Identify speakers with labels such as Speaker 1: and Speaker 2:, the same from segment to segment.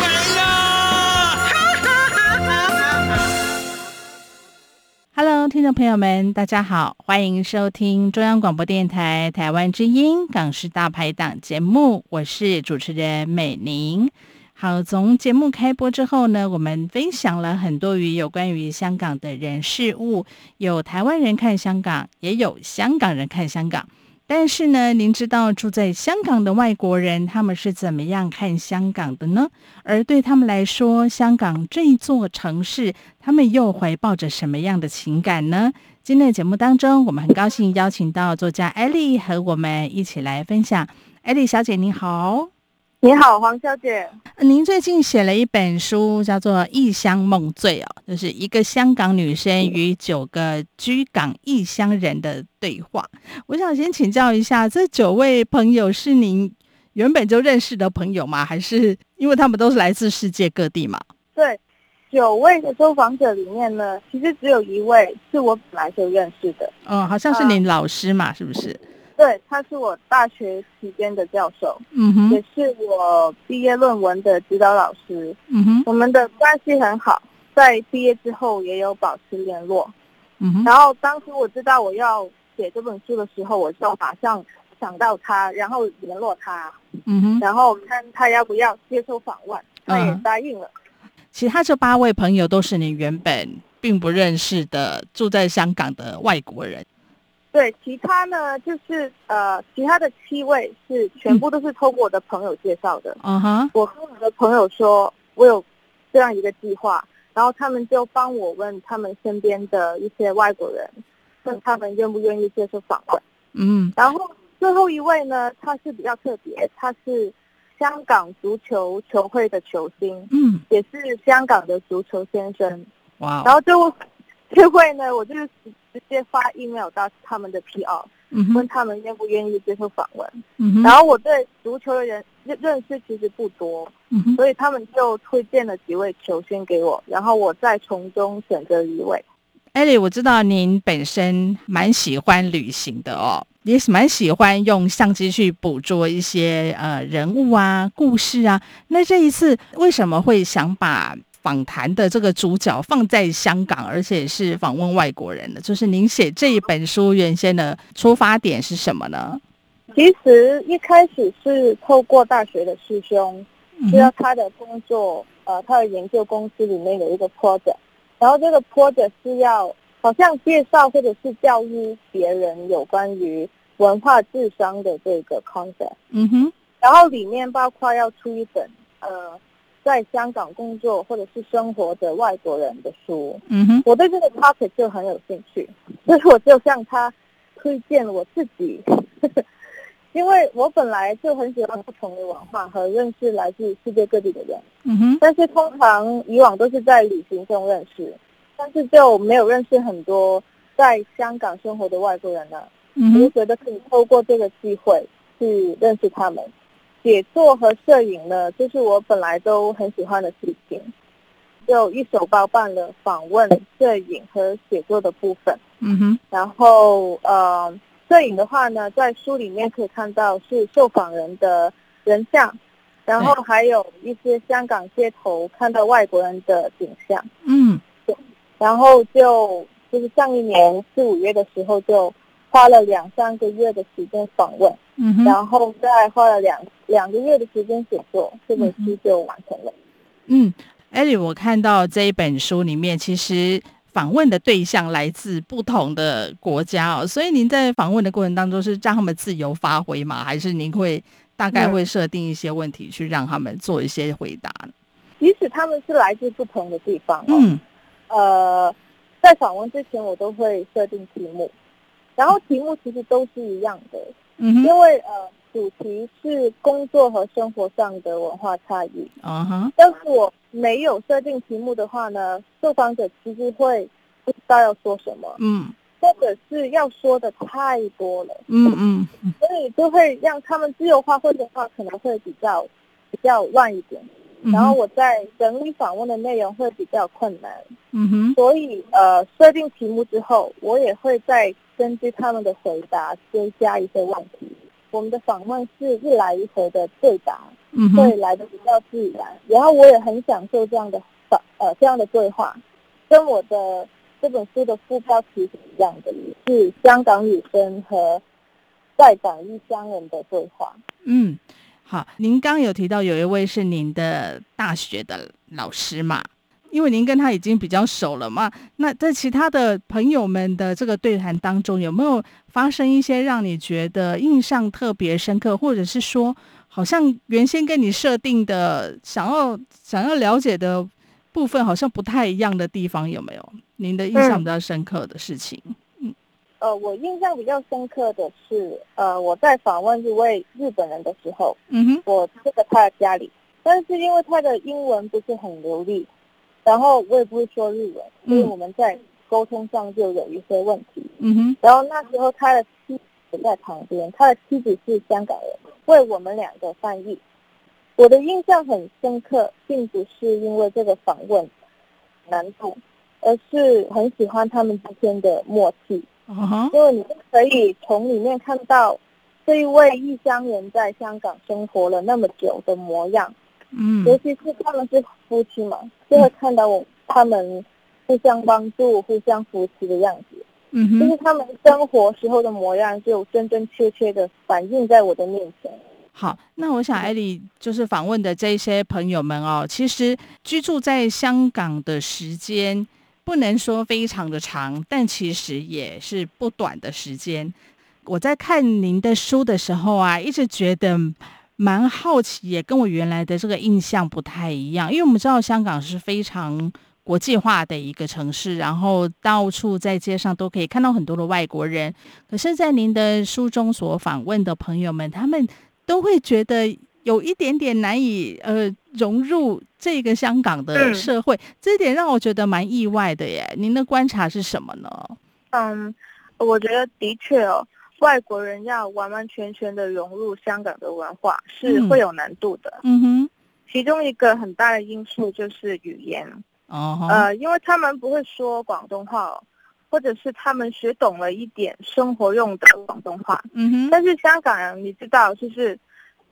Speaker 1: 美呀、
Speaker 2: Hello，听众朋友们，大家好，欢迎收听中央广播电台台湾之音港式大排档节目，我是主持人美玲。好，从节目开播之后呢，我们分享了很多与有关于香港的人事物，有台湾人看香港，也有香港人看香港。但是呢，您知道住在香港的外国人他们是怎么样看香港的呢？而对他们来说，香港这座城市，他们又怀抱着什么样的情感呢？今天的节目当中，我们很高兴邀请到作家艾丽和我们一起来分享。艾丽小姐，你好。
Speaker 3: 你好，黄小姐。
Speaker 2: 您最近写了一本书，叫做《异乡梦醉》哦，就是一个香港女生与九个居港异乡人的对话。我想先请教一下，这九位朋友是您原本就认识的朋友吗？还是因为他们都是来自世界各地嘛？
Speaker 3: 对，九位的受访者里面呢，其实只有一位是我本来就认识的，
Speaker 2: 嗯，好像是
Speaker 3: 啊
Speaker 2: 您老师嘛，是不是？
Speaker 3: 对，他是我大学期间的教授，
Speaker 2: 嗯
Speaker 3: 也
Speaker 2: 哼，
Speaker 3: 是我毕业论文的指导老师。
Speaker 2: 嗯哼，
Speaker 3: 我们的关系很好，在毕业之后也有保持联络。
Speaker 2: 嗯哼，
Speaker 3: 然后当时我知道我要写这本书的时候，我就马上想到他，然后联络他，
Speaker 2: 嗯哼。
Speaker 3: 然后看他要不要接受访问，他也
Speaker 2: 嗯
Speaker 3: 答应了。
Speaker 2: 其他这八位朋友都是你原本并不认识的住在香港的外国人。
Speaker 3: 对，其他呢就是呃，其他的七位是全部都是通过我的朋友介绍的。
Speaker 2: 嗯哼，
Speaker 3: 我跟我的朋友说，我有这样一个计划，然后他们就帮我问他们身边的一些外国人，问他们愿不愿意接受访问。
Speaker 2: 嗯
Speaker 3: 然后最后一位呢，他是比较特别，他是香港足球球会的球星，
Speaker 2: 嗯，
Speaker 3: 也是香港的足球先生。
Speaker 2: 哇哦，
Speaker 3: 然后就这位呢，我就是直接发 email 到他们的 PR。
Speaker 2: 嗯
Speaker 3: 问
Speaker 2: 哼，
Speaker 3: 他们愿不愿意接受访问。
Speaker 2: 嗯哼，
Speaker 3: 然后我对足球的人认认识其实不多，
Speaker 2: 嗯哼，
Speaker 3: 所以他们就推荐了几位球星给我，然后我再从中选择一位。
Speaker 2: 艾莉，我知道您本身蛮喜欢旅行的哦，也是蛮喜欢用相机去捕捉一些呃人物啊、故事啊。那这一次为什么会想把访谈的这个主角放在香港，而且是访问外国人呢？就是您写这一本书原先的出发点是什么呢？
Speaker 3: 其实一开始是透过大学的师兄
Speaker 2: 嗯
Speaker 3: 知道他的工作，呃，他的研究公司里面有一个 project，然后这个 project 是要好像介绍或者是教育别人有关于文化智商的这个 concept。
Speaker 2: 嗯哼，
Speaker 3: 然后里面包括要出一本呃，在香港工作或者是生活的外国人的书。
Speaker 2: 嗯哼，
Speaker 3: 我对这个 topic 就很有兴趣，所以我就向他推荐了我自己， 因为我本来就很喜欢不同的文化和认识来自世界各地的人，
Speaker 2: 嗯哼，
Speaker 3: 但是通常以往都是在旅行中认识，但是就没有认识很多在香港生活的外国人呢、
Speaker 2: 嗯
Speaker 3: 我就
Speaker 2: 哼，
Speaker 3: 觉得可以透过这个机会去认识他们。写作和摄影呢，就是我本来都很喜欢的事情，就一手包办了访问、摄影和写作的部分。
Speaker 2: 嗯哼，
Speaker 3: 然后呃，摄影的话呢，在书里面可以看到是受访人的人像，然后还有一些香港街头看到外国人的景象。
Speaker 2: 嗯
Speaker 3: 然后就就是上一年四五月的时候，就花了两三个月的时间访问，
Speaker 2: 嗯哼，
Speaker 3: 然后再花了两两个月的时间写作，这本书就完成了。
Speaker 2: 嗯。艾莉，我看到这一本书里面，其实访问的对象来自不同的国家哦，所以您在访问的过程当中是让他们自由发挥吗？还是您会大概
Speaker 3: 嗯
Speaker 2: 会设定一些问题去让他们做一些回答呢？
Speaker 3: 即使他们是来自不同的地方、哦，
Speaker 2: 嗯
Speaker 3: 呃，在访问之前我都会设定题目，然后题目其实都是一样的，
Speaker 2: 嗯哼，
Speaker 3: 因为呃主题是工作和生活上的文化差异。
Speaker 2: 啊哈，
Speaker 3: 要是我没有设定题目的话呢，受访者其实会不知道要说什么，
Speaker 2: 嗯
Speaker 3: 或者是要说的太多了，
Speaker 2: 嗯嗯
Speaker 3: 所以就会让他们自由发挥的话，可能会比较比较乱一点。
Speaker 2: 嗯，
Speaker 3: 然后我在整理访问的内容会比较困难，
Speaker 2: 嗯哼
Speaker 3: 所以呃，设定题目之后，我也会再根据他们的回答追加一些问题。我们的访问是一来一回的对答，
Speaker 2: 嗯哼
Speaker 3: 会来的比较自然。然后我也很享受这样的访呃这样的对话，跟我的这本书的副标题是一样的，是香港女生和在港异乡人的对话。
Speaker 2: 嗯，好，您刚有提到有一位是您的大学的老师嘛？因为您跟他已经比较熟了嘛，那在其他的朋友们的这个对谈当中，有没有发生一些让你觉得印象特别深刻，或者是说，好像原先跟你设定的想要想要了解的部分，好像不太一样的地方，有没有？您的印象比较深刻的事情？
Speaker 3: 呃，我印象比较深刻的是，呃，我在访问一位日本人的时候，
Speaker 2: 嗯哼，
Speaker 3: 我这个他的家里，但是因为他的英文不是很流利，然后我也不会说日文，所以
Speaker 2: 嗯
Speaker 3: 我们在沟通上就有一些问题。
Speaker 2: 嗯哼，
Speaker 3: 然后那时候他的妻子在旁边，他的妻子是香港人，为我们两个翻译。我的印象很深刻，并不是因为这个访问难度，而是很喜欢他们之间的默契。
Speaker 2: 啊哈，
Speaker 3: 因为你就可以从里面看到这一位异乡人在香港生活了那么久的模样，
Speaker 2: 嗯
Speaker 3: 尤其是他们是夫妻嘛，就会看到我他们互相帮助、互相扶持的样子，
Speaker 2: 嗯
Speaker 3: 就
Speaker 2: 哼
Speaker 3: 是。他们生活时候的模样，就真真切切的反映在我的面前。
Speaker 2: 好，那我想艾莉就是访问的这些朋友们哦，其实居住在香港的时间不能说非常的长，但其实也是不短的时间。我在看您的书的时候啊，一直觉得蛮好奇，也跟我原来的这个印象不太一样，因为我们知道香港是非常国际化的一个城市，然后到处在街上都可以看到很多的外国人，可是，在您的书中所访问的朋友们，他们都会觉得有一点点难以呃融入这个香港的
Speaker 3: 嗯
Speaker 2: 社会，这一点让我觉得蛮意外的耶。您的观察是什么呢？
Speaker 3: 嗯，我觉得的确哦，外国人要完完全全的融入香港的文化是
Speaker 2: 嗯
Speaker 3: 会有难度的，
Speaker 2: 嗯哼，
Speaker 3: 其中一个很大的因素就是语言。
Speaker 2: 哦吼，
Speaker 3: 呃，因为他们不会说广东话、哦，或者是他们学懂了一点生活用的广东话，
Speaker 2: 嗯哼，
Speaker 3: 但是香港人你知道，就是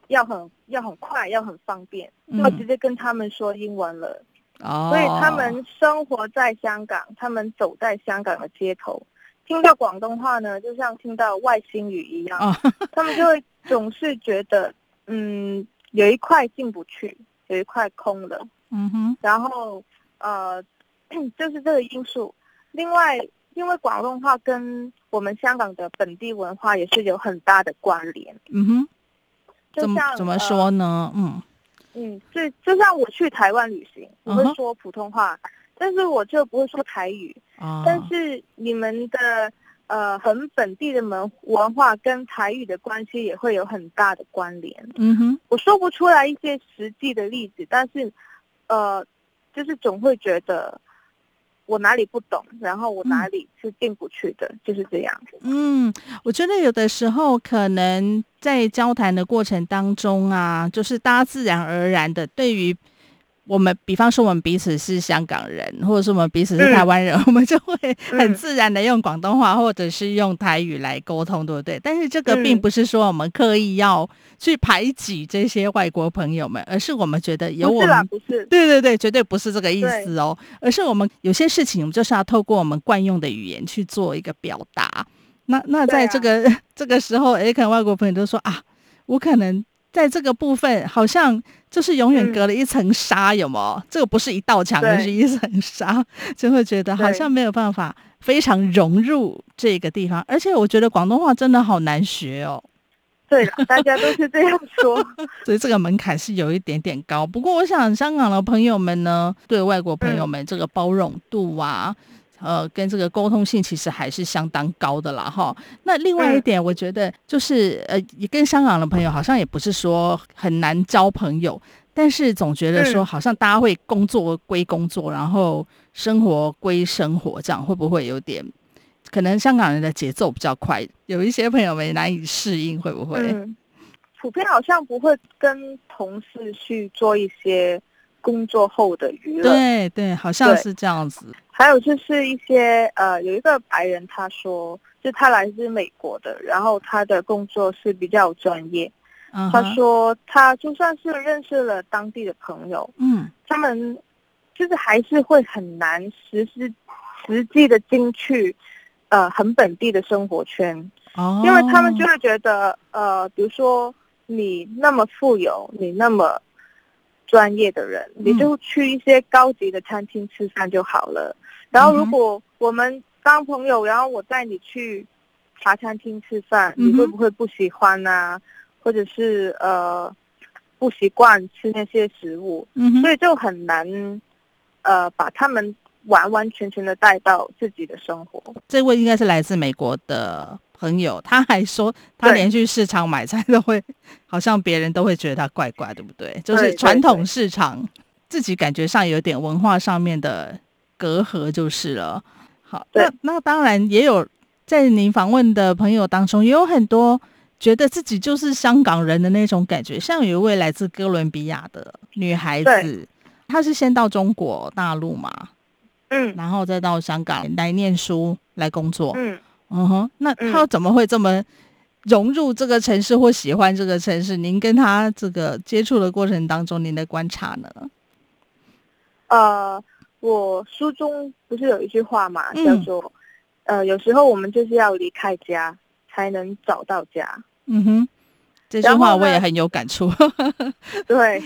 Speaker 3: 要很要很快，要很方便，就直
Speaker 2: 嗯，
Speaker 3: 接跟他们说英文了。
Speaker 2: 哦，
Speaker 3: 所以他们生活在香港，他们走在香港的街头，听到广东话呢，就像听到外星语一样，
Speaker 2: 哦，
Speaker 3: 他们就会总是觉得，嗯，有一块进不去，有一块空了。
Speaker 2: 嗯哼，
Speaker 3: 然后呃， 就是这个因素。另外，因为广东话跟我们香港的本地文化也是有很大的关联。
Speaker 2: 嗯哼，
Speaker 3: 就
Speaker 2: 怎么
Speaker 3: 像
Speaker 2: 怎么？说呢？嗯，
Speaker 3: 呃、嗯，就就像我去台湾旅行，我
Speaker 2: 嗯
Speaker 3: 会
Speaker 2: 哼
Speaker 3: 说普通话但是我就不会说台语。
Speaker 2: 哦，
Speaker 3: 但是你们的呃很本地的文文化跟台语的关系也会有很大的关联。
Speaker 2: 嗯哼，
Speaker 3: 我说不出来一些实际的例子，但是，呃，就是总会觉得我哪里不懂，然后我哪里是进不去的，就是这样。
Speaker 2: 嗯，我觉得有的时候可能在交谈的过程当中啊，就是大家自然而然的对于。我们比方说，我们彼此是香港人，或者是我们彼此是台湾人， 我们就会很
Speaker 3: 嗯
Speaker 2: 自然的用广东话或者是用台语来沟通，对不对？但是这个并
Speaker 3: 嗯
Speaker 2: 不是说我们刻意要去排挤这些外国朋友们，而是我们觉得有
Speaker 3: 不
Speaker 2: 我
Speaker 3: 是啦，
Speaker 2: 们
Speaker 3: 不是，
Speaker 2: 对对对，绝对不是这个意
Speaker 3: 对
Speaker 2: 思哦，而是我们有些事情，我们就是要透过我们惯用的语言去做一个表达。那那
Speaker 3: 对
Speaker 2: 在
Speaker 3: 啊
Speaker 2: 这个、 这个时候，诶，可能外国朋友就说啊，我可能在这个部分好像就是永远
Speaker 3: 嗯
Speaker 2: 隔了一层纱，有没有？这个不是一道墙，而
Speaker 3: 对
Speaker 2: 是一层纱， 就会觉得好
Speaker 3: 对
Speaker 2: 像没有办法非常融入这个地方。而且我觉得广东话真的好难学哦。
Speaker 3: 对了，大家都是这样说。
Speaker 2: 所以这个门槛是有一点点高。不过，我想香港的朋友们呢，对外国朋友们这个包容度啊，呃，跟这个沟通性其实还是相当高的啦，哈。那另外一点，我觉得就是呃，也跟香港的朋友好像也不是说很难交朋友，但是总觉得说，
Speaker 3: 嗯
Speaker 2: 好像大家会工作归工作，然后生活归生活，这样会不会有点？可能香港人的节奏比较快，有一些朋友们难以适应，会不会？
Speaker 3: 嗯，普遍好像不会跟同事去做一些工作后的娱乐。
Speaker 2: 对对，好像
Speaker 3: 对
Speaker 2: 是这样子。
Speaker 3: 还有就是一些呃，有一个白人他说，就他来自美国的，然后他的工作是比较专业。
Speaker 2: 嗯
Speaker 3: 他
Speaker 2: 哼，
Speaker 3: 说他就算是认识了当地的朋友，
Speaker 2: 嗯，
Speaker 3: 他们就是还是会很难实施实际的进去，呃，很本地的生活圈，
Speaker 2: 哦，
Speaker 3: 因为他们就会觉得，呃，比如说你那么富有，你那么专业的人，
Speaker 2: 嗯
Speaker 3: 你就去一些高级的餐厅吃饭就好了。然后如
Speaker 2: 嗯哼
Speaker 3: 果我们当朋友，然后我带你去茶餐厅吃饭，
Speaker 2: 嗯哼
Speaker 3: 你会不会不喜欢啊？或者是呃不习惯吃那些食物，
Speaker 2: 嗯哼，
Speaker 3: 所以就很难呃把他们完完全全的带到自己的生活。
Speaker 2: 这位应该是来自美国的朋友，他还说他
Speaker 3: 对
Speaker 2: 连去市场买菜都会，好像别人都会觉得他怪怪，对不对？就
Speaker 3: 对
Speaker 2: 是
Speaker 3: 对
Speaker 2: 传统
Speaker 3: 对
Speaker 2: 市场自己感觉上有点文化上面的隔阂就是了。好，那
Speaker 3: 对
Speaker 2: 那当然也有在您访问的朋友当中，也有很多觉得自己就是香港人的那种感觉。像有一位来自哥伦比亚的女孩子
Speaker 3: 对，
Speaker 2: 她是先到中国大陆嘛，
Speaker 3: 嗯
Speaker 2: 然后再到香港来念书、来工作。
Speaker 3: 嗯，
Speaker 2: 嗯哼，那
Speaker 3: 嗯
Speaker 2: 他怎么会这么融入这个城市或喜欢这个城市？您跟他这个接触的过程当中，您的观察呢？
Speaker 3: 呃，我书中不是有一句话嘛，
Speaker 2: 嗯
Speaker 3: 叫做、呃，有时候我们就是要离开家才能找到家。
Speaker 2: 嗯哼，这句
Speaker 3: 然后
Speaker 2: 话
Speaker 3: 呢
Speaker 2: 我也很有感触。
Speaker 3: 对，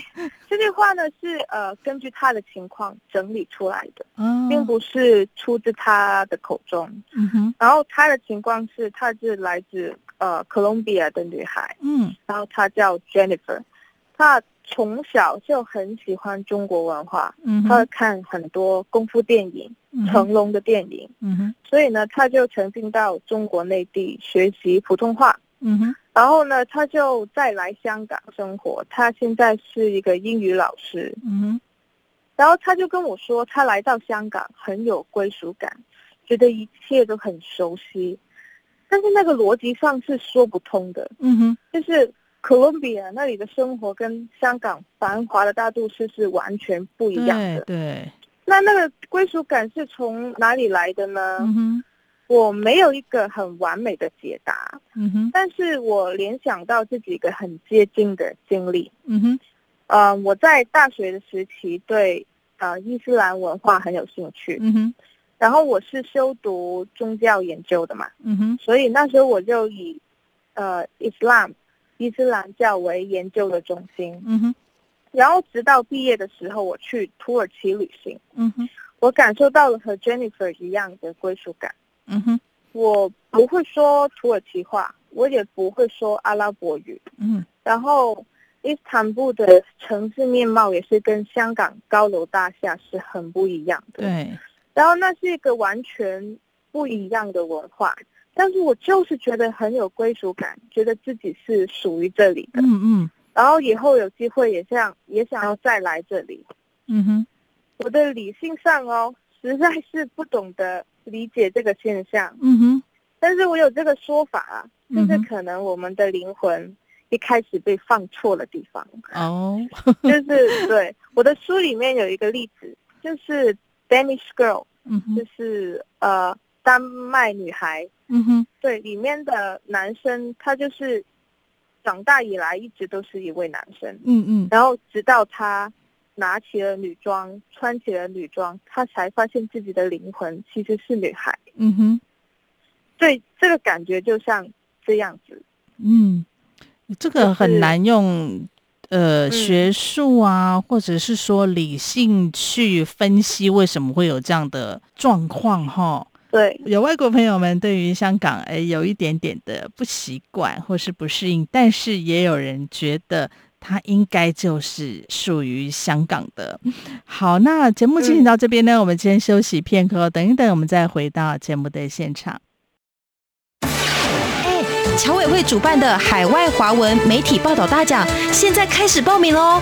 Speaker 3: 这句话呢是呃根据他的情况整理出来的，
Speaker 2: 啊，
Speaker 3: 并不是出自他的口中。
Speaker 2: 嗯哼，
Speaker 3: 然后他的情况是，她是来自呃哥伦比亚的女孩，
Speaker 2: 嗯
Speaker 3: 然后她叫 Jennifer，她从小就很喜欢中国文化，
Speaker 2: 嗯
Speaker 3: 她会
Speaker 2: 哼，
Speaker 3: 看很多功夫电影、
Speaker 2: 嗯哼
Speaker 3: 成龙的电影，
Speaker 2: 嗯哼，
Speaker 3: 所以呢，她就曾经到中国内地学习普通话。
Speaker 2: 嗯哼，
Speaker 3: 然后呢，她就再来香港生活。她现在是一个英语老师。
Speaker 2: 嗯哼，
Speaker 3: 然后她就跟我说，她来到香港很有归属感，觉得一切都很熟悉。但是那个逻辑上是说不通的，
Speaker 2: 嗯哼，
Speaker 3: 就是哥伦比亚那里的生活跟香港繁华的大都市是完全不一样
Speaker 2: 对
Speaker 3: 的。
Speaker 2: 对，
Speaker 3: 那那个归属感是从哪里来的呢？
Speaker 2: 嗯哼，
Speaker 3: 我没有一个很完美的解答，
Speaker 2: 嗯哼，
Speaker 3: 但是我联想到这几个很接近的经历。
Speaker 2: 嗯哼，
Speaker 3: 呃，我在大学的时期对呃伊斯兰文化很有兴趣，
Speaker 2: 嗯哼，
Speaker 3: 然后我是修读宗教研究的嘛，
Speaker 2: 嗯哼，
Speaker 3: 所以那时候我就以呃 Islam 伊斯兰教为研究的中心。
Speaker 2: 嗯哼，
Speaker 3: 然后直到毕业的时候，我去土耳其旅行，
Speaker 2: 嗯哼，
Speaker 3: 我感受到了和 Jennifer 一样的归属感。
Speaker 2: 嗯哼，
Speaker 3: 我不会说土耳其话，我也不会说阿拉伯语。
Speaker 2: 嗯
Speaker 3: 然后，伊斯坦布尔的城市面貌也是跟香港高楼大厦是很不一样的。
Speaker 2: 对，
Speaker 3: 然后那是一个完全不一样的文化，但是我就是觉得很有归属感，觉得自己是属于这里的。
Speaker 2: 嗯嗯
Speaker 3: 然后以后有机会也想也想要再来这里。
Speaker 2: 嗯哼，
Speaker 3: 我的理性上哦，实在是不懂得理解这个现象，
Speaker 2: 嗯哼，
Speaker 3: 但是我有这个说法啊，就
Speaker 2: 嗯
Speaker 3: 是
Speaker 2: 哼
Speaker 3: 可能我们的灵魂一开始被放错了地方，
Speaker 2: 哦，
Speaker 3: 就是对我的书里面有一个例子，就是 Danish Girl，
Speaker 2: 嗯
Speaker 3: 就
Speaker 2: 哼，
Speaker 3: 是呃丹麦女孩，
Speaker 2: 嗯哼，
Speaker 3: 对里面的男生他就是长大以来一直都是一位男生，
Speaker 2: 嗯嗯，
Speaker 3: 然后直到他拿起了女装，穿起了女装，他才发现自己的灵魂其实是女孩。
Speaker 2: 嗯哼。
Speaker 3: 对，这个感觉就像这样子。
Speaker 2: 嗯，这个
Speaker 3: 就
Speaker 2: 很
Speaker 3: 是
Speaker 2: 难用呃
Speaker 3: 嗯
Speaker 2: 学术啊，或者是说理性去分析为什么会有这样的状况哈。
Speaker 3: 对，
Speaker 2: 有外国朋友们对于香港诶有一点点的不习惯或是不适应，但是也有人觉得它应该就是属于香港的。好，那节目进行
Speaker 3: 嗯
Speaker 2: 到这边呢，我们先休息片刻，等一等，我们再回到节目的现场。
Speaker 4: 侨委会主办的海外华文媒体报道大奖现在开始报名喽！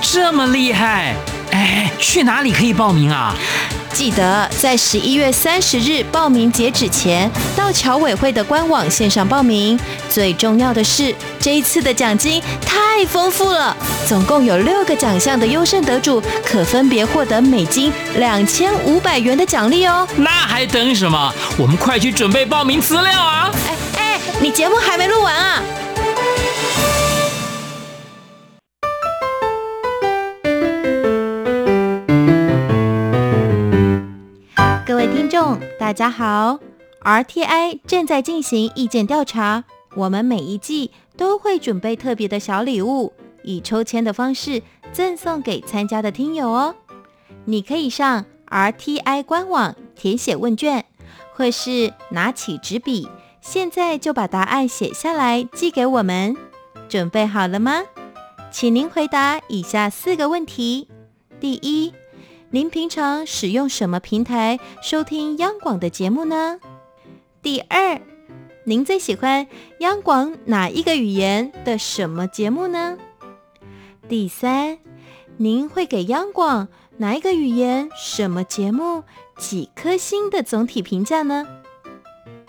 Speaker 4: 这么厉害，哎，去哪里可以报名啊？
Speaker 5: 记得在十一月三十日报名截止前，到侨委会的官网线上报名。最重要的是，这一次的奖金太丰富了，总共有六个奖项的优胜得主可分别获得美金两千五百元的奖励哦。
Speaker 4: 那还等什么？我们快去准备报名资料啊！
Speaker 5: 哎哎，你节目还没录完啊？各位听众，大家好！RTI 正在进行意见调查，我们每一季都会准备特别的小礼物，以抽签的方式赠送给参加的听友哦。你可以上 RTI 官网填写问卷，或是拿起纸笔，现在就把答案写下来寄给我们。准备好了吗？请您回答以下四个问题：第一，您平常使用什么平台收听央广的节目呢？第二，您最喜欢央广哪一个语言的什么节目呢？第三，您会给央广哪一个语言、什么节目几颗星的总体评价呢？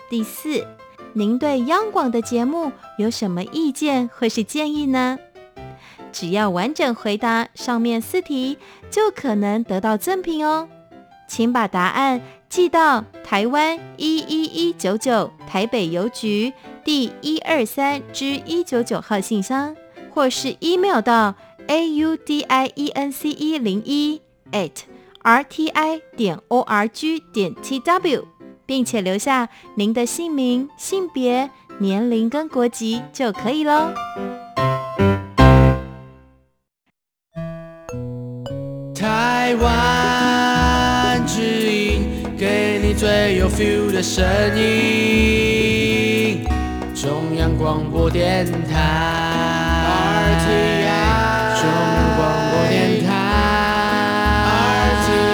Speaker 5: 第四，您对央广的节目有什么意见或是建议呢？只要完整回答上面四题，就可能得到赠品哦。请把答案寄到台湾一一一九九台北邮局第一二三之一九九号信箱，或是 email 到 a u d i e n c 一零一 at r t i 点 o r g 点 t w，并且留下您的姓名、性别、年龄跟国籍就可以喽。
Speaker 6: 台湾之音，给你最有 feel 的声音。中央广播电台，RTI，中央广播电台，RTI。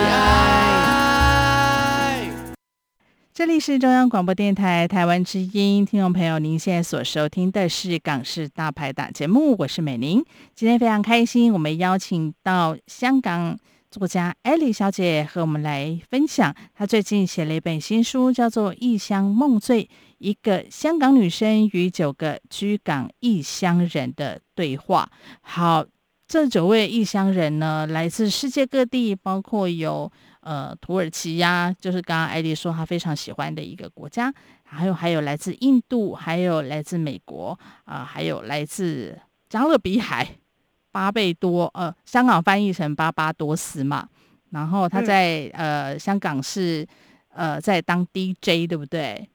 Speaker 2: 这里是中央广播电台台湾之音，听众朋友，您现在所收听的是《港式大排档》节目，我是美玲。今天非常开心，我们邀请到香港作家艾莉小姐和我们来分享，她最近写了一本新书，叫做《异乡梦醉》，一个香港女生与九个居港异乡人的对话。好，这九位异乡人呢，来自世界各地，包括有呃土耳其呀、就是刚刚艾丽说她非常喜欢的一个国家，还有还有来自印度，还有来自美国啊、还有来自加勒比海巴贝多，呃，香港翻译成巴巴多斯嘛。然后他在、呃香港是呃在当 DJ，对不对？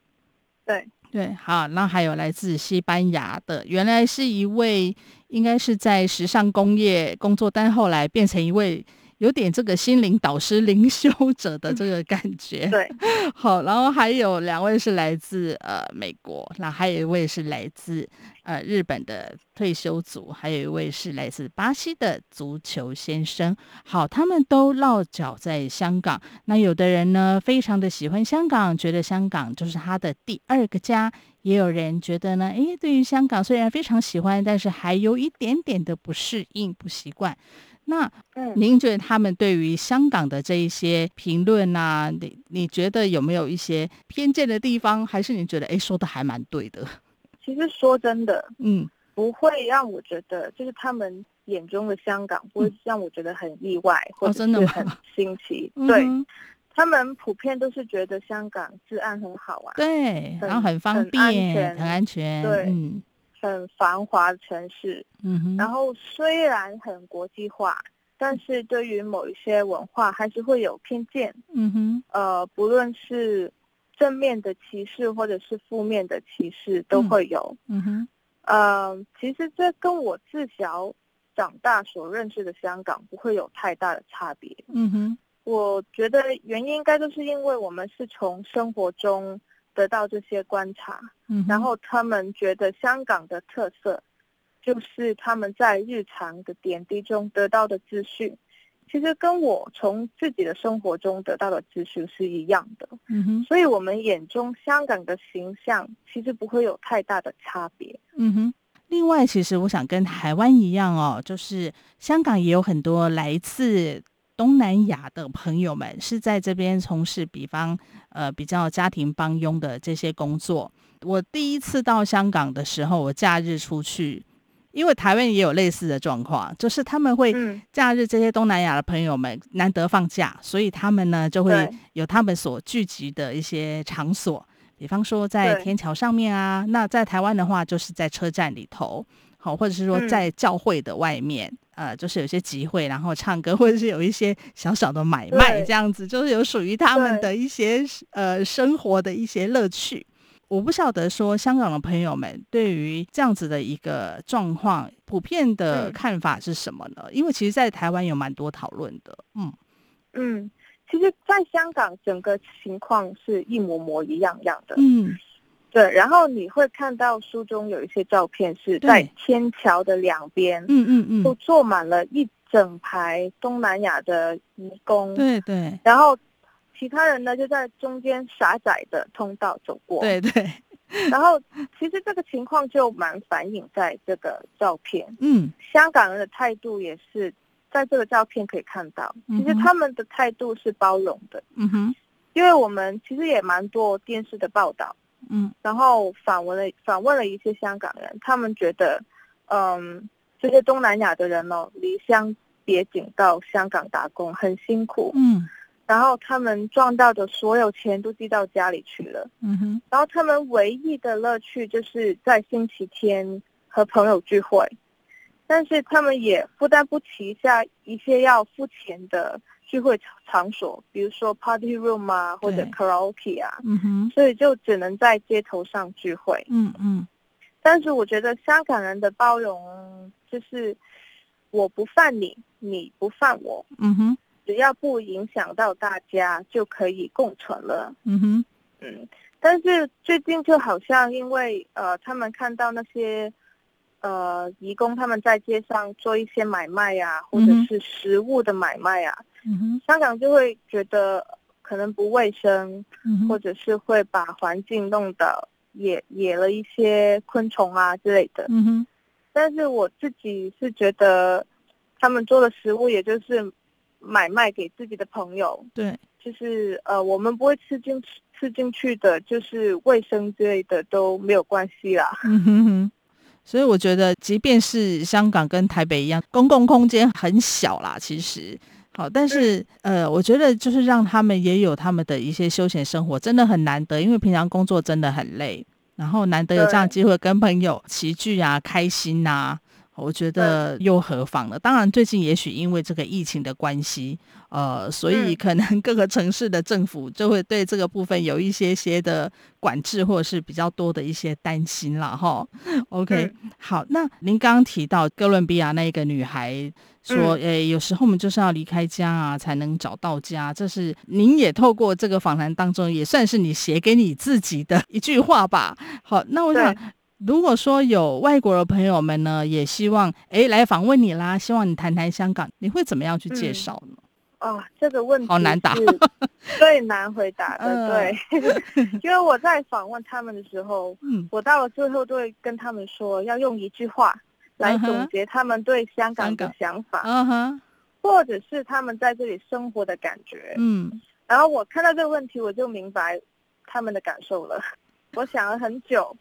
Speaker 3: 对
Speaker 2: 对，好，那还有来自西班牙的，原来是一位应该是在时尚工业工作，但后来变成一位有点这个心灵导师、灵修者的这个感觉。
Speaker 3: 对，
Speaker 2: 好，然后还有两位是来自呃美国，那还有一位是来自呃日本的退休族，还有一位是来自巴西的足球先生。好，他们都落脚在香港。那有的人呢，非常的喜欢香港，觉得香港就是他的第二个家；也有人觉得呢，诶，对于香港虽然非常喜欢，但是还有一点点的不适应、不习惯。那
Speaker 3: 嗯
Speaker 2: 您觉得他们对于香港的这一些评论啊，你你觉得有没有一些偏见的地方？还是你觉得诶，说的还蛮对的？
Speaker 3: 其实说真的，
Speaker 2: 嗯
Speaker 3: 不会让我觉得，就是他们眼中的香港，不会让我觉得很意外、或
Speaker 2: 嗯哦
Speaker 3: 者
Speaker 2: 真的
Speaker 3: 是
Speaker 2: 吗
Speaker 3: 很新奇。
Speaker 2: 嗯
Speaker 3: 对
Speaker 2: 哼
Speaker 3: 他们普遍都是觉得香港治安很好啊，
Speaker 2: 对，然后
Speaker 3: 很
Speaker 2: 很方
Speaker 3: 很安
Speaker 2: 便，
Speaker 3: 全
Speaker 2: 很安全，
Speaker 3: 对
Speaker 2: 嗯
Speaker 3: 很繁华的城市。
Speaker 2: 嗯
Speaker 3: 然
Speaker 2: 哼，
Speaker 3: 后虽然很国际化，但是对于某一些文化还是会有偏见。
Speaker 2: 嗯哼，
Speaker 3: 呃，不论是正面的歧视或者是负面的歧视，都
Speaker 2: 嗯
Speaker 3: 会有。
Speaker 2: 嗯哼，
Speaker 3: 呃，其实这跟我自小长大所认识的香港不会有太大的差别。
Speaker 2: 嗯哼，
Speaker 3: 我觉得原因应该就是因为我们是从生活中得到这些观察，
Speaker 2: 嗯哼，
Speaker 3: 然后他们觉得香港的特色就是他们在日常的点滴中得到的资讯，其实跟我从自己的生活中得到的资讯是一样的，
Speaker 2: 嗯哼，
Speaker 3: 所以我们眼中香港的形象其实不会有太大的差别。
Speaker 2: 嗯哼。另外，其实我想跟台湾一样哦，就是香港也有很多来自东南亚的朋友们是在这边从事，比方呃比较家庭帮佣的这些工作。我第一次到香港的时候，我假日出去，因为台湾也有类似的状况，就是他们会
Speaker 3: 嗯
Speaker 2: 假日这些东南亚的朋友们难得放假，所以他们呢就会
Speaker 3: 对
Speaker 2: 有他们所聚集的一些场所，比方说在
Speaker 3: 对
Speaker 2: 天桥上面啊，那在台湾的话就是在车站里头，好，或者是说
Speaker 3: 嗯
Speaker 2: 在教会的外面。呃，就是有一些集会，然后唱歌，或者是有一些小小的买卖，
Speaker 3: 对
Speaker 2: 这样子，就是有属于他们
Speaker 3: 对
Speaker 2: 的一些呃生活的一些乐趣。我不晓得说香港的朋友们对于这样子的一个状况，普遍的
Speaker 3: 嗯
Speaker 2: 看法是什么呢？因为其实，在台湾有蛮多讨论的，嗯
Speaker 3: 嗯，其实，在香港整个情况是一模模一样样的。
Speaker 2: 嗯
Speaker 3: 对，然后你会看到书中有一些照片是
Speaker 2: 对
Speaker 3: 在天桥的两边，
Speaker 2: 嗯嗯
Speaker 3: 都
Speaker 2: 嗯，
Speaker 3: 坐满了一整排东南亚的移工，
Speaker 2: 对对
Speaker 3: 然后其他人呢就在中间狭窄的通道走过。，
Speaker 2: 对对，
Speaker 3: 然后其实这个情况就蛮反映在这个照片，
Speaker 2: 嗯
Speaker 3: 香港人的态度也是在这个照片可以看到，其实
Speaker 2: 嗯哼
Speaker 3: 他们的态度是包容的，
Speaker 2: 嗯哼
Speaker 3: 因为我们其实也蛮多电视的报道。
Speaker 2: 嗯
Speaker 3: 然后访问了访问了一些香港人，他们觉得，嗯，这些东南亚的人哦，离乡别井到香港打工很辛苦，
Speaker 2: 嗯
Speaker 3: 然后他们赚到的所有钱都寄到家里去了，
Speaker 2: 嗯哼
Speaker 3: 然后他们唯一的乐趣就是在星期天和朋友聚会，但是他们也负担不起下一些要付钱的聚会场场所，比如说 party room 啊，或者
Speaker 2: 对
Speaker 3: karaoke 啊。
Speaker 2: 嗯哼
Speaker 3: 所以就只能在街头上聚会。
Speaker 2: 嗯嗯
Speaker 3: 但是我觉得香港人的包容就是，我不犯你，你不犯我，
Speaker 2: 嗯哼
Speaker 3: 只要不影响到大家就可以共存了。
Speaker 2: 嗯哼，
Speaker 3: 嗯，但是最近就好像因为呃，他们看到那些呃，义工他们在街上做一些买卖呀、或者
Speaker 2: 嗯哼
Speaker 3: 是食物的买卖呀、
Speaker 2: 嗯哼
Speaker 3: 香港就会觉得可能不卫生，
Speaker 2: 嗯
Speaker 3: 或
Speaker 2: 哼，
Speaker 3: 者是会把环境弄得野野了一些昆虫啊之类的。
Speaker 2: 嗯哼，
Speaker 3: 但是我自己是觉得，他们做的食物也就是买卖给自己的朋友，
Speaker 2: 对，
Speaker 3: 就是呃，我们不会吃进去吃进去的，就是卫生之类的都没有关系啦。
Speaker 2: 嗯哼哼。所以我觉得，即便是香港跟台北一样，公共空间很小啦，其实好，但是呃，我觉得就是让他们也有他们的一些休闲生活，真的很难得，因为平常工作真的很累，然后难得有这样的机会跟朋友齐聚啊，开心呐、我觉得又何妨呢？当然，最近也许因为这个疫情的关系，呃，所以
Speaker 3: 嗯
Speaker 2: 可能各个城市的政府就会对这个部分有一些些的管制，或者是比较多的一些担心啦。哈。OK，、好，
Speaker 3: 嗯
Speaker 2: 那您刚刚提到哥伦比亚那一个女孩说，
Speaker 3: 嗯
Speaker 2: 呃、有时候我们就是要离开家啊，才能找到家，这是您也透过这个访谈当中，也算是你写给你自己的一句话吧。好，那我想
Speaker 3: 对。
Speaker 2: 如果说有外国的朋友们呢，也希望诶来访问你啦，希望你谈谈香港，你会怎么样去介
Speaker 3: 嗯
Speaker 2: 绍呢？
Speaker 3: 啊，这个问题
Speaker 2: 好难答
Speaker 3: 是最难回答的。
Speaker 2: 嗯
Speaker 3: 对， 因为我在访问他们的时候，
Speaker 2: 嗯
Speaker 3: 我到了最后都会跟他们说，要用一句话来
Speaker 2: 嗯哼
Speaker 3: 总结他们对香港的想法，
Speaker 2: 嗯哼，
Speaker 3: 或者是他们在这里生活的感觉。
Speaker 2: 嗯
Speaker 3: 然后我看到这个问题，我就明白他们的感受了。 我想了很久，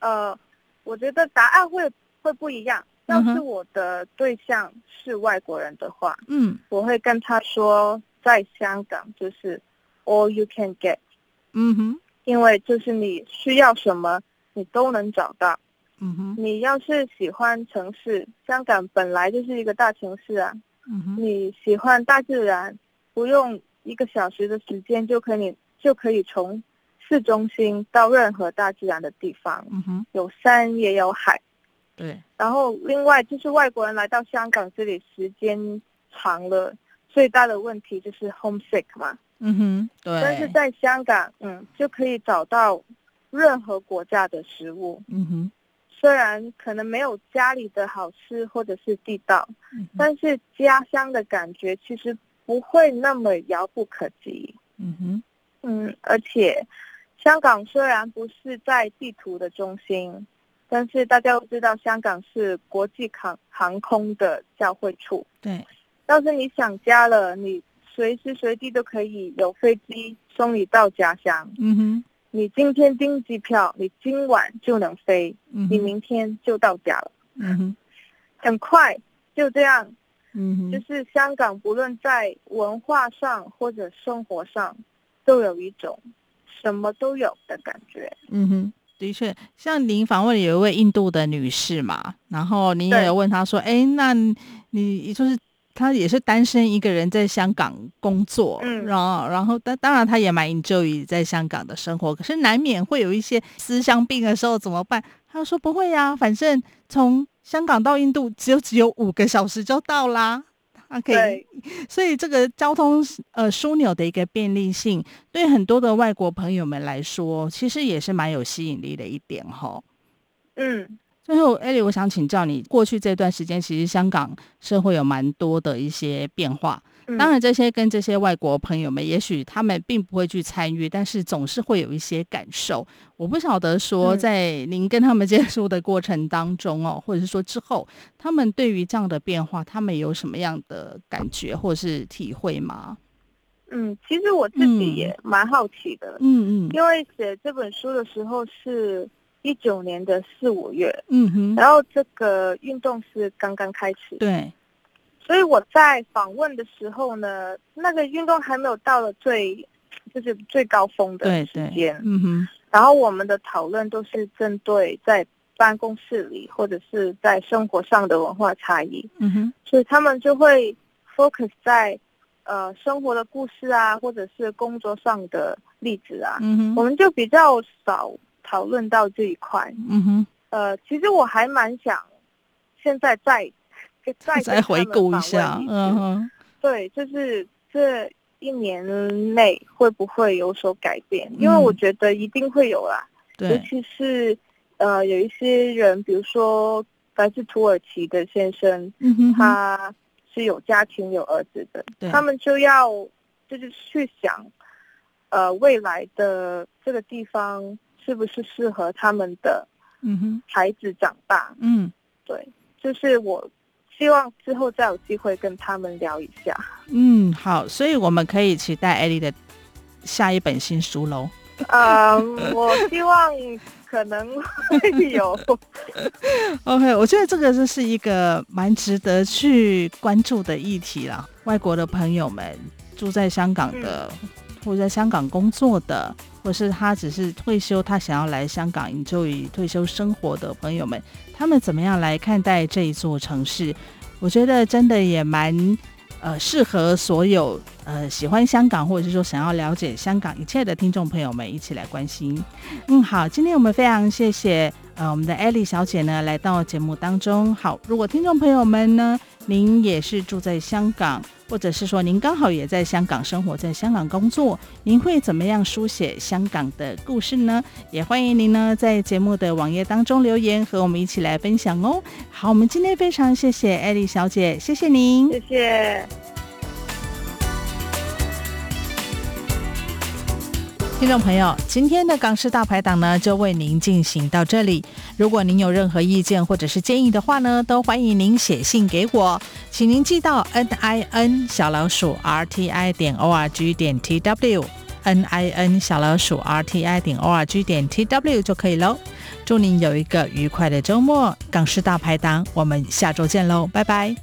Speaker 3: 呃，我觉得答案会会不一样。要
Speaker 2: 嗯哼
Speaker 3: 是我的对象是外国人的话，
Speaker 2: 嗯
Speaker 3: 我会跟他说，在香港就是 all you can get，
Speaker 2: 嗯哼，
Speaker 3: 因为就是你需要什么你都能找到。
Speaker 2: 嗯哼，
Speaker 3: 你要是喜欢城市，香港本来就是一个大城市啊，
Speaker 2: 嗯哼，
Speaker 3: 你喜欢大自然，不用一个小时的时间就可以就可以从市中心到任何大自然的地方，
Speaker 2: 嗯哼，
Speaker 3: 有山也有海，
Speaker 2: 对，
Speaker 3: 然后另外就是外国人来到香港这里时间长了，最大的问题就是 homesick 嘛。
Speaker 2: 嗯哼，
Speaker 3: 但是
Speaker 2: 对，
Speaker 3: 在香港，嗯，就可以找到任何国家的食物，
Speaker 2: 嗯哼，
Speaker 3: 虽然可能没有家里的好吃或者是地道，
Speaker 2: 嗯哼
Speaker 3: 但是家乡的感觉其实不会那么遥不可及。
Speaker 2: 嗯哼，
Speaker 3: 嗯，而且香港虽然不是在地图的中心，但是大家都知道香港是国际航航空的交汇处。
Speaker 2: 对，
Speaker 3: 要是你想家了，你随时随地都可以有飞机送你到家乡。
Speaker 2: 嗯哼，
Speaker 3: 你今天订机票，你今晚就能飞，
Speaker 2: 嗯
Speaker 3: 你
Speaker 2: 哼，
Speaker 3: 明天就到家了，
Speaker 2: 嗯哼，
Speaker 3: 很快就这样。
Speaker 2: 嗯
Speaker 3: 就
Speaker 2: 哼，
Speaker 3: 是香港不论在文化上或者生活上，都有一种什么都有的感觉。
Speaker 2: 嗯哼。的确，像您访问有一位印度的女士嘛，然后你也
Speaker 3: 对
Speaker 2: 有问她说：“哎，那你就是她也是单身一个人在香港工作，
Speaker 3: 嗯
Speaker 2: 然后然后当当然她也蛮 enjoy 在香港的生活，可是难免会有一些思乡病的时候怎么办？”她说：“不会呀、反正从香港到印度只有只有五个小时就到啦，她可以
Speaker 3: 对，
Speaker 2: 所以这个交通呃枢纽的一个便利性，对很多的外国朋友们来说，其实也是蛮有吸引力的一点哈。
Speaker 3: 嗯，
Speaker 2: 最后，艾莉，我想请教你，过去这段时间，其实香港社会有蛮多的一些变化。
Speaker 3: 嗯
Speaker 2: 当然，这些跟这些外国朋友们，也许他们并不会去参与，但是总是会有一些感受。我不晓得说，
Speaker 3: 嗯
Speaker 2: 在您跟他们接触的过程当中哦，或者是说之后，他们对于这样的变化，他们有什么样的感觉或是体会吗？
Speaker 3: 嗯，其实我自己也蛮好奇的，
Speaker 2: 嗯嗯
Speaker 3: 因为写这本书的时候是一九年的四五月，
Speaker 2: 嗯哼，
Speaker 3: 然后这个运动是刚刚开始，
Speaker 2: 对，
Speaker 3: 所以我在访问的时候呢，那个运动还没有到了最就是最高峰的
Speaker 2: 对
Speaker 3: 时
Speaker 2: 对
Speaker 3: 间，，
Speaker 2: 嗯哼，
Speaker 3: 然后我们的讨论都是针对在办公室里或者是在生活上的文化差异，
Speaker 2: 嗯哼，
Speaker 3: 所以他们就会 focus 在呃生活的故事啊，或者是工作上的例子啊，
Speaker 2: 嗯
Speaker 3: 我
Speaker 2: 哼，
Speaker 3: 们就比较少讨论到这一块。
Speaker 2: 嗯哼，
Speaker 3: 呃，其实我还蛮想现在再再
Speaker 2: 再回顾一下，嗯
Speaker 3: 嗯，
Speaker 2: 哼，
Speaker 3: 对，就是这一年内会不会有所改变？因为我
Speaker 2: 嗯
Speaker 3: 觉得一定会有啦。尤
Speaker 2: 对，
Speaker 3: 其是呃，有一些人，比如说来自土耳其的先生，
Speaker 2: 嗯哼哼，
Speaker 3: 他是有家庭、有儿子的，
Speaker 2: 对
Speaker 3: 他们就要就是去想，呃，未来的这个地方是不是适合他们的
Speaker 2: 嗯哼，
Speaker 3: 孩子长大？
Speaker 2: 嗯。
Speaker 3: 对，就是我希望之后再有机会跟他们聊一下。
Speaker 2: 嗯，好，所以我们可以期待艾莉的下一本新书喽。
Speaker 3: 呃，我希望可能会有，
Speaker 2: OK，我觉得这个就是一个蛮值得去关注的议题啦。外国的朋友们住在香港的，或者在香港工作的，或是他只是退休，他想要来香港营救于退休生活的朋友们，他们怎么样来看待这一座城市？我觉得真的也蛮呃适合所有呃喜欢香港，或者是说想要了解香港一切的听众朋友们一起来关心。嗯，好，今天我们非常谢谢呃我们的艾莉小姐呢来到节目当中。好，如果听众朋友们呢，您也是住在香港，或者是说您刚好也在香港生活，在香港工作，您会怎么样书写香港的故事呢？也欢迎您呢在节目的网页当中留言，和我们一起来分享哦。好，我们今天非常谢谢艾莉小姐，谢谢您，
Speaker 3: 谢谢。
Speaker 2: 听众朋友，今天的港式大排档呢，就为您进行到这里。如果您有任何意见或者是建议的话呢，都欢迎您写信给我，请您寄到 n i n 小老鼠 r t i 点 o r g 点 t w n i n 小老鼠 r t i 点 o r g 点 t w 就可以喽。祝您有一个愉快的周末，港式大排档，我们下周见喽，拜拜。